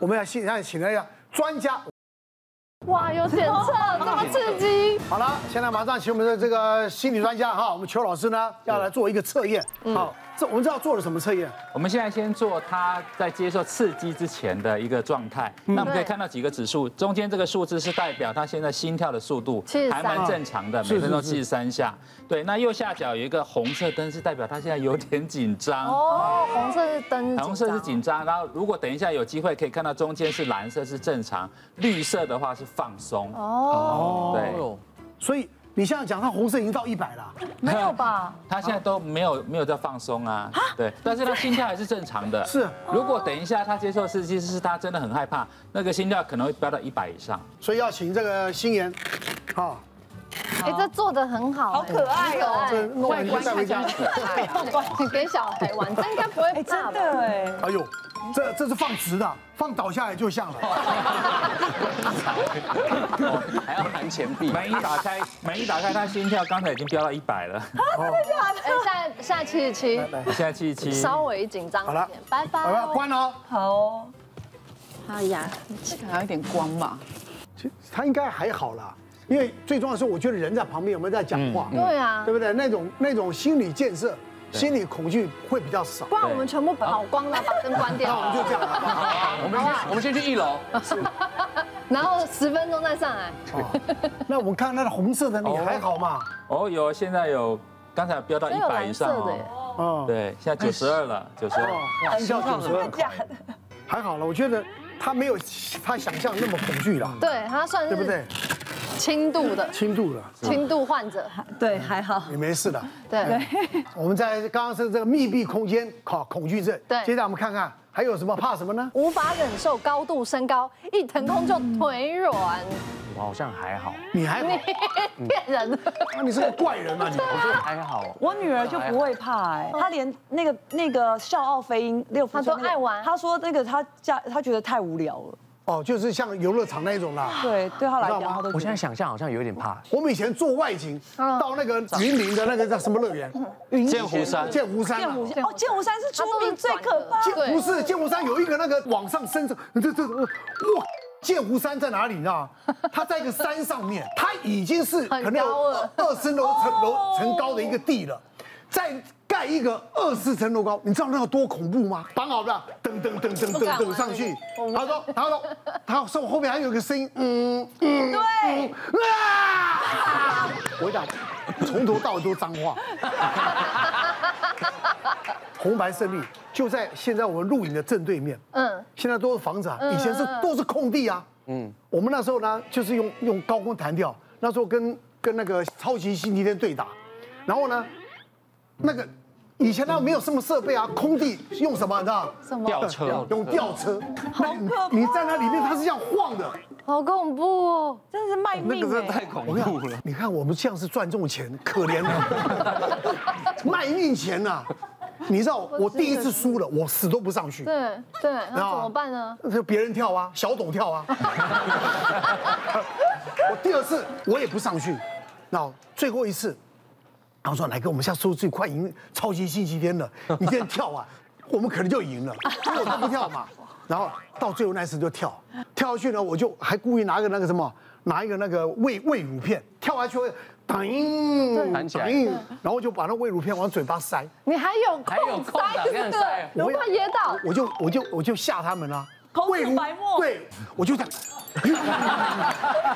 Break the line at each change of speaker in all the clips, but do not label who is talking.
我们要现在请来一下专家。
哇，有检测，这么刺激！
好了，现在马上请我们的这个心理专家哈，我们邱老师呢要来做一个测验。
嗯
好，这我们知道做了什么测验？
我们现在先做他在接受刺激之前的一个状态。
嗯
那我们可以看到几个指数，中间这个数字是代表他现在心跳的速度
73，
还蛮正常
嗯
的，每分钟七十三下。对，那右下角有一个红色灯，是代表他现在有点紧张。
哦，红色是灯，
红色是紧张，然后如果等一下有机会可以看到中间是蓝色是正常，绿色的话是放松。
哦，
对，
所以你现在讲，它红色已经到一百了，
没有吧？
他现在都没有没有在放松啊，对，但是他心跳还是正常的。
是
如果等一下他接受刺激，是他真的很害怕，那个心跳可能会飙到一百以上。
所以要请这个心妍，好，
哎，这做的很好，
好可爱哦
这弄完你就带回家。
哦，给小孩玩，这应该不会怕
哎，真
吧？
的哎，
哎呦，这这是放直的，放倒下来就像了。
还要含钱币。门一打 开，门一打开，他心跳刚才已经飙到一百了，
哎，现在现在七十七，
现在七十七。
稍微紧张
好了
一点，拜拜。
好了，关了哦。
好哦，
哎呀，
还有一点光嘛，
其实他应该还好啦，因为最重要的是，我觉得人在旁边有没有在讲话，
对啊
对，不对？那种那种心理建设、心理恐惧会比较少。
不然我们全部跑光了，把灯关
那
掉
我们就
了，
这样好不好？
啊
啊
我们先我们先去一楼，
然后十分钟再上来。
那我看那个红色的那个还好嘛？
哦，有现在有，刚才有飙到一
有
百以
蓝色
上
的耶
哦。，
嗯，
对，现在九十二了，九十二。
哇，心跳九十二，
假的，
还好了。我觉得他没有他想象那么恐惧了，
嗯对，它算
对不对
是？轻度的
轻度了，
轻度患者，
对，还好，
也没事的。
对，
我们在刚刚是这个密闭空间，好恐惧症。
对
接下来我们看看还有什么怕什么呢？
无法忍受高度升高，一腾空就腿软，
我好像还好，
你还好，
骗人。
啊你是个怪人啊你！
我觉得还
哦
好。
我女儿就不会怕哎，她连那个那个笑傲飞鹰六福村那个，
她都爱玩
她说那个她家她觉得太无聊了，
哦，就是像游乐场那一种啦。
对，对她来
你知道
讲
吗
她都
我
觉
现在
得
想象好像有点怕，
我们以前做外景，
嗯
到那个云林的那个叫什么乐园？
剑湖山，
剑湖山啊。
剑湖山哦，剑湖山是出名最
她都
可
是
怕
转
剑
的对
不是剑湖山有一个那个往上升着，这这哇，剑湖山在哪里？你知道吗？它在一个山上面，它已经是可能
很高
有
了哦
二十楼层楼层高的一个地了，再盖一个二十层楼高，你知道那有多恐怖吗？绑好了，噔噔噔噔噔噔上去。他说，他说，他说后面还有一个声音，嗯嗯，
对，
啊！我讲，从头到尾都脏话。红白胜利就在现在我们录影的正对面，
嗯，
现在都是房子啊，以前是都是空地啊。嗯，我们那时候呢，就是用用高空弹跳，那时候跟跟那个超级星期天对打，然后呢，那个以前那没有什么设备啊，空地用什么你知道？
什么？
吊车，
用吊车，那你
可怕
你在那里面，它是这样晃的。
好恐怖哦！
真的是卖
那个
命
真的
哎，
太恐
我跟
怖
你
了
讲，。你看我们像是赚这种钱，可怜了，卖命钱呐、啊你知道我第一次输了，我死都不上去，
对对，那
哦
然后
怎么办呢？
就别人跳啊，小董跳啊。我第二次我也不上去，那最后一次，然后说来哥，我们下次出去快赢超级星期天了，你今天跳啊，我们可能就赢了，因为我都不跳嘛。然后到最后那次就跳，跳下去呢，我就还故意拿个那个什么，拿一个那个胃胃乳片，跳下去会噔
弹起来
噔然后就把那胃乳片往嘴巴塞。
你还有空
还有空
塞
档这样塞啊
这个，
我
不怕噎到。
我就我就我就吓他们啊，
口
魏
吐
如
白沫
对，我就这样，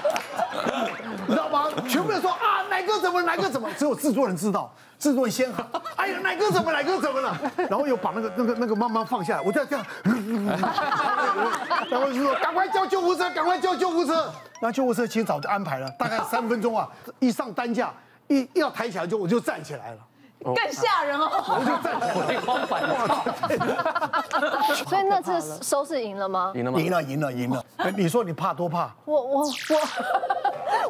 你知道吗？全部人说啊，奶哥怎么了，奶哥怎么了？只有制作人知道，制作人先喊，哎呀，奶哥怎么了，奶哥怎么了？然后又把那个那个那个慢慢放下来，我就这样，然后就说赶快叫救护车，赶快叫救护车。然后救护车其实早就安排了，大概三分钟啊，一上担架，一一要抬起来就我就站起来了，
更吓人哦，
我就站起来了。
回光返照，
所以那次收视赢了吗？
赢了吗？
哦赢了，赢了，赢了！哎你说你怕多怕？
我我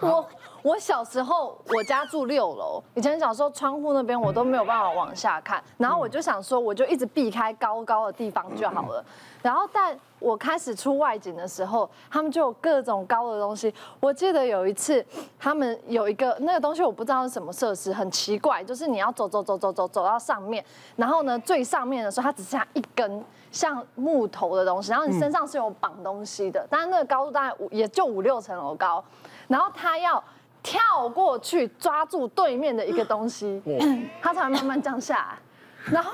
我我我小时候我家住六楼，以前小时候窗户那边我都没有办法往下看，然后我就想说，我就一直避开高高的地方就好了。然后，但我开始出外景的时候，他们就有各种高的东西。我记得有一次，他们有一个那个东西，我不知道是什么设施，很奇怪，就是你要走走走走走走到上面，然后呢，最上面的时候它只剩下一根像木头的东西，然后你身上是有绑东西的，但是那个高度大概五也就五六层楼高，然后他要。跳过去抓住对面的一个东西， 他才慢慢降下来。然后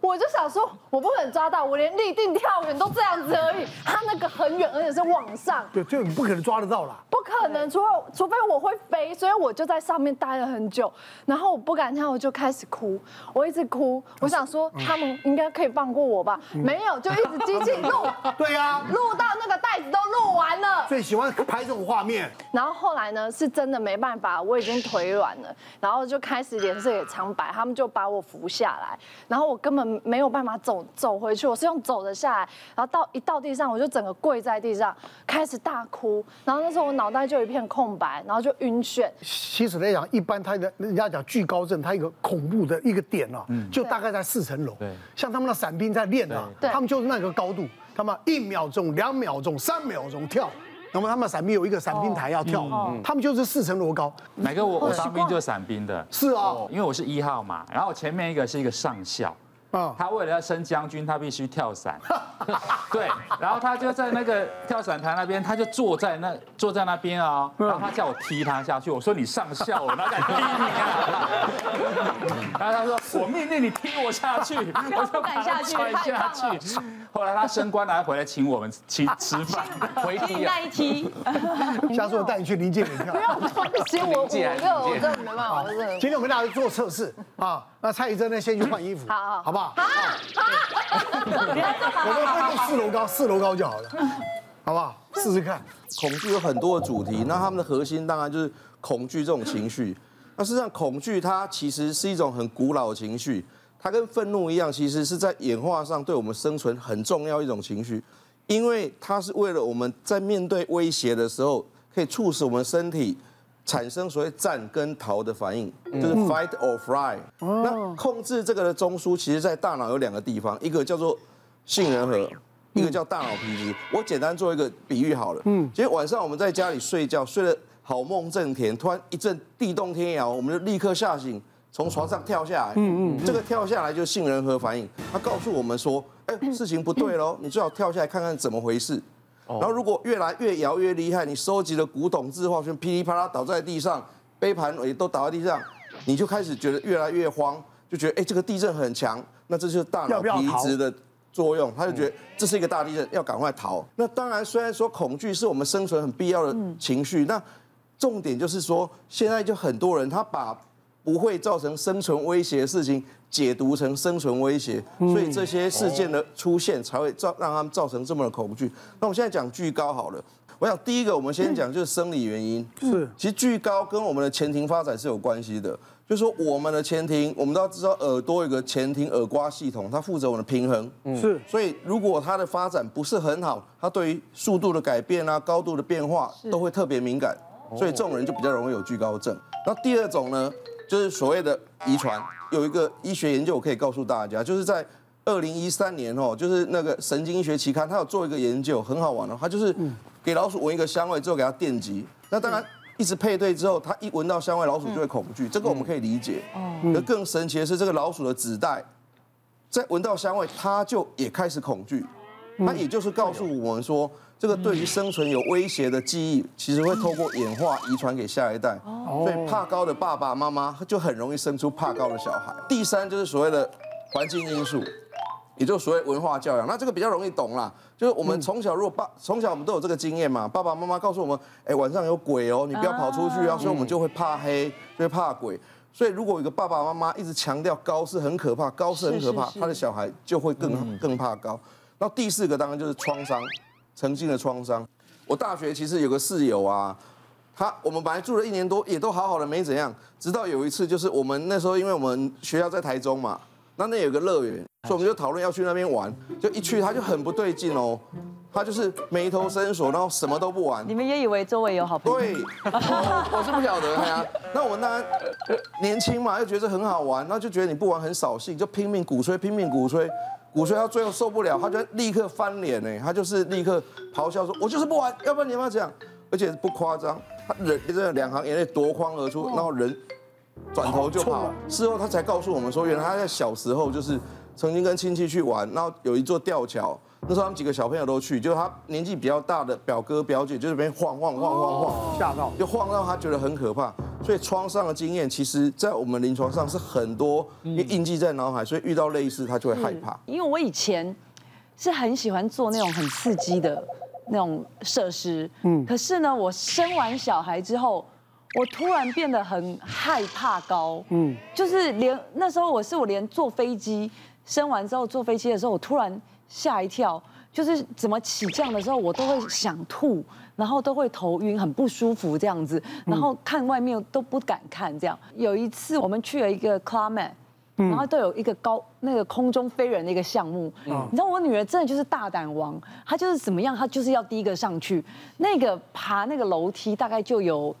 我就想说，我不可能抓到，我连立定跳远都这样子而已。他那个很远，而且是往上，
对，就你不可能抓得到啦。
不可能，除了除非我会飞，所以我就在上面待了很久。然后我不敢跳，我就开始哭，我一直哭。我想说，他们应该可以放过我吧？没有，就一直机器录，
对呀，
录到那个袋子都录完了。
最喜欢拍这种画面。
然后后来呢，是真的没办法，我已经腿软了，然后就开始脸色也苍白，他们就把我扶下来，然后我根本没有办法走走回去，我是用走的下来，然后到一到地上我就整个跪在地上开始大哭，然后那时候我脑袋就一片空白，然后就晕眩，
其实来讲，一般他的人家讲惧高症，他一个恐怖的一个点啊，就大概在四层楼。
对
像他们的伞兵在练啊，
对
他们就是那个高度，他们一秒钟、两秒钟、三秒钟跳。那么他们伞兵有一个伞兵台要跳，他们就是四层楼高。
哪个我我当兵就是伞兵的，
是啊，
因为我是一号嘛，然后前面一个是一个上校。
啊，
他为了要升将军，他必须跳伞。 对，然后他就在那个跳伞台那边，他就坐在那坐在那边啊、然后他叫我踢他下去，我说你上校，我哪敢踢你啊？然 后他说我命令你踢我下去，我就把他踹下去。 后来他升官了，还回来请我们吃吃饭，回
其实
踢啊。
那一梯，
下次我带你去临界点跳。
不行，我五
解啊
六我
理解
真的没办法，我 真的。
今天我们大家做测试啊，那蔡依珍呢先去换衣服，
好好
好不啊好？好，好，我们分到四楼高，四楼高就好了，好不好？试试看。
恐惧有很多的主题，那他们的核心当然就是恐惧这种情绪。那事实上，恐惧它其实是一种很古老的情绪，它跟愤怒一样，其实是在演化上对我们生存很重要一种情绪，因为它是为了我们在面对威胁的时候，可以促使我们身体产生所谓战跟逃的反应，
嗯
就是 fight or fly。那
哦
控制这个的中枢，其实在大脑有两个地方，一个叫做杏仁核，一个叫大脑皮质。我简单做一个比喻好了，嗯，其实晚上我们在家里睡觉，睡得好梦正甜，突然一阵地动天摇，我们就立刻吓醒，从床上跳下来，嗯嗯，这个跳下来就是杏仁核反应，它告诉我们说，哎，事情不对喽，你最好跳下来看看怎么回事。
哦
然后如果越来越摇越厉害，你收集的古董字画全噼里啪啦倒在地上，杯盘也都倒在地上，你就开始觉得越来越慌，就觉得哎、这个地震很强，那这就是大
要
脑
不要
皮
逃嗯
质的作用，他就觉得这是一个大地震，要赶快逃。那当然，虽然说恐惧是我们生存很必要的
嗯
情绪，那重点就是说，现在就很多人他把不会造成生存威胁的事情解读成生存威胁，所以这些事件的出现才会造让他们造成这么的恐惧。那我们现在讲巨高好了。我想第一个，我们先讲就是生理原因。
是
其实巨高跟我们的前庭发展是有关系的。就是说我们的前庭，我们都要知道耳朵有个前庭耳刮系统，它负责我们的平衡。
是
所以如果它的发展不是很好，它对于速度的改变啊、高度的变化都会特别敏感，所以这种人就比较容易有惧高症。那第二种呢，就是所谓的遗传，有一个医学研究我可以告诉大家，就是在。二零一三年哦，就是那个《神经医学期刊》，它有做一个研究，很好玩哦。它就是给老鼠闻一个香味之后给它电击，那当然一直配对之后，它一闻到香味，老鼠就会恐惧，这个我们可以理解。哦，更神奇的是，这个老鼠的子代在闻到香味，它就也开始恐惧。它也就是告诉我们说，这个对于生存有威胁的记忆，其实会透过演化遗传给下一代。所以怕高的爸爸妈妈就很容易生出怕高的小孩。第三就是所谓的环境因素。也就是所谓文化教养，那这个比较容易懂啦。就是我们从小如果爸从小我们都有这个经验嘛，爸爸妈妈告诉我们，哎，晚上有鬼哦，你不要跑出去啊，所以我们就会怕黑，就会怕鬼。所以如果有一个爸爸妈妈一直强调高是很可怕，高是很嗯可怕，他的小孩就会更更怕高。那第四个当然就是创伤，曾经的创伤。我大学其实有个室友啊，他我们本来住了一年多，也都好好的，没怎样。直到有一次，就是我们那时候，因为我们学校在台中嘛，那那有个乐园，所以我们就讨论要去那边玩。就一去，他就很不对劲哦，他就是眉头深锁，然后什么都不玩
你。们也以为周围有好朋友？
对，我我是不晓得哎呀、那我当然年轻嘛，又觉得很好玩，那就觉得你不玩很扫兴，就拼命鼓吹，拼命鼓吹，鼓吹到最后受不了，他就立刻翻脸呢，他就是立刻咆哮说：“我就是不玩，要不然你要不要这样？”而且不夸张，他人真的两行眼泪夺眶而出，然后人转头就跑。事后他才告诉我们说，原来他在小时候就是曾经跟亲戚去玩，然后有一座吊桥，那时候他们几个小朋友都去，就是他年纪比较大的表哥表姐就在那边晃晃晃晃晃，
吓到
就晃到他觉得很可怕。所以创伤的经验，其实在我们临床上是很多，因为印记在脑海，所以遇到类似他就会害怕。
因为我以前是很喜欢做那种很刺激的那种设施，嗯，可是呢，我生完小孩之后，我突然变得很害怕高，嗯，就是连那时候我是我连坐飞机，生完之后坐飞机的时候，我突然吓一跳。就是怎么起降的时候，我都会想吐，然后都会头晕，很不舒服这样子，然后看外面都不敢看这样。有一次我们去了一个 c l i m a t 然后都有一个高那个空中飞人的一个项目，你知道我女儿真的就是大胆王，她就是怎么样，她就是要第一个上去。那个爬那个楼梯大概就有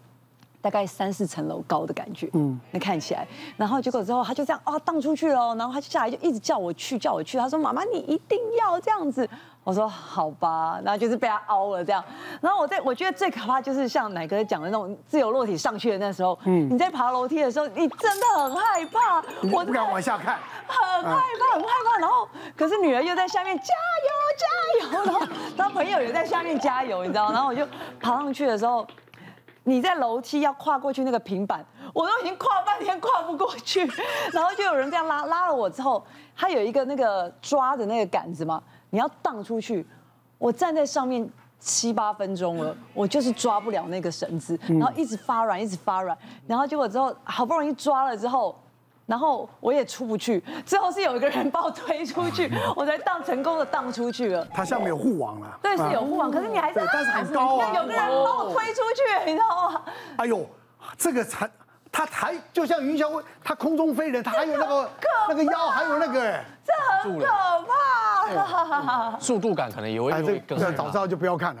大概三四层楼高的感觉，嗯，那看起来，然后结果之后她就这样啊荡出去了哦，然后她就下来就一直叫我去，叫我去，她说妈妈你一定要这样子。我说好吧，然后就是被她凹了这样。然后我在我觉得最可怕就是像奶哥讲的那种自由落体上去的那时候，嗯，你在爬楼梯的时候，你真的很害怕，
我不敢往下看。
很害怕，很害怕。然后，可是女儿又在下面加油，加油。然后，然后朋友也在下面加油，你知道？然后我就爬上去的时候，你在楼梯要跨过去那个平板，我都已经跨半天跨不过去。 然后就有人这样拉拉了我之后，他有一个那个抓的那个杆子嘛，你要荡出去。我站在上面七八分钟了，我就是抓不了那个绳子，
嗯
然后一直发软，一直发软，然后结果之后好不容易抓了之后，然后我也出不去，最后是有一个人把我推出去， 我才荡成功的荡出去了。
它下面有护网了。
对，是有护网，可是你还是
对但是很高啊
那有个人把我推出去，你知道吗？
哎呦，这个才，它还就像云霄飞，它空中飞人，它还有那个那个腰，还有那个哎，
这很可怕。
速度感可能也会
哎
有一啊
这
个
这早知道就不要看了。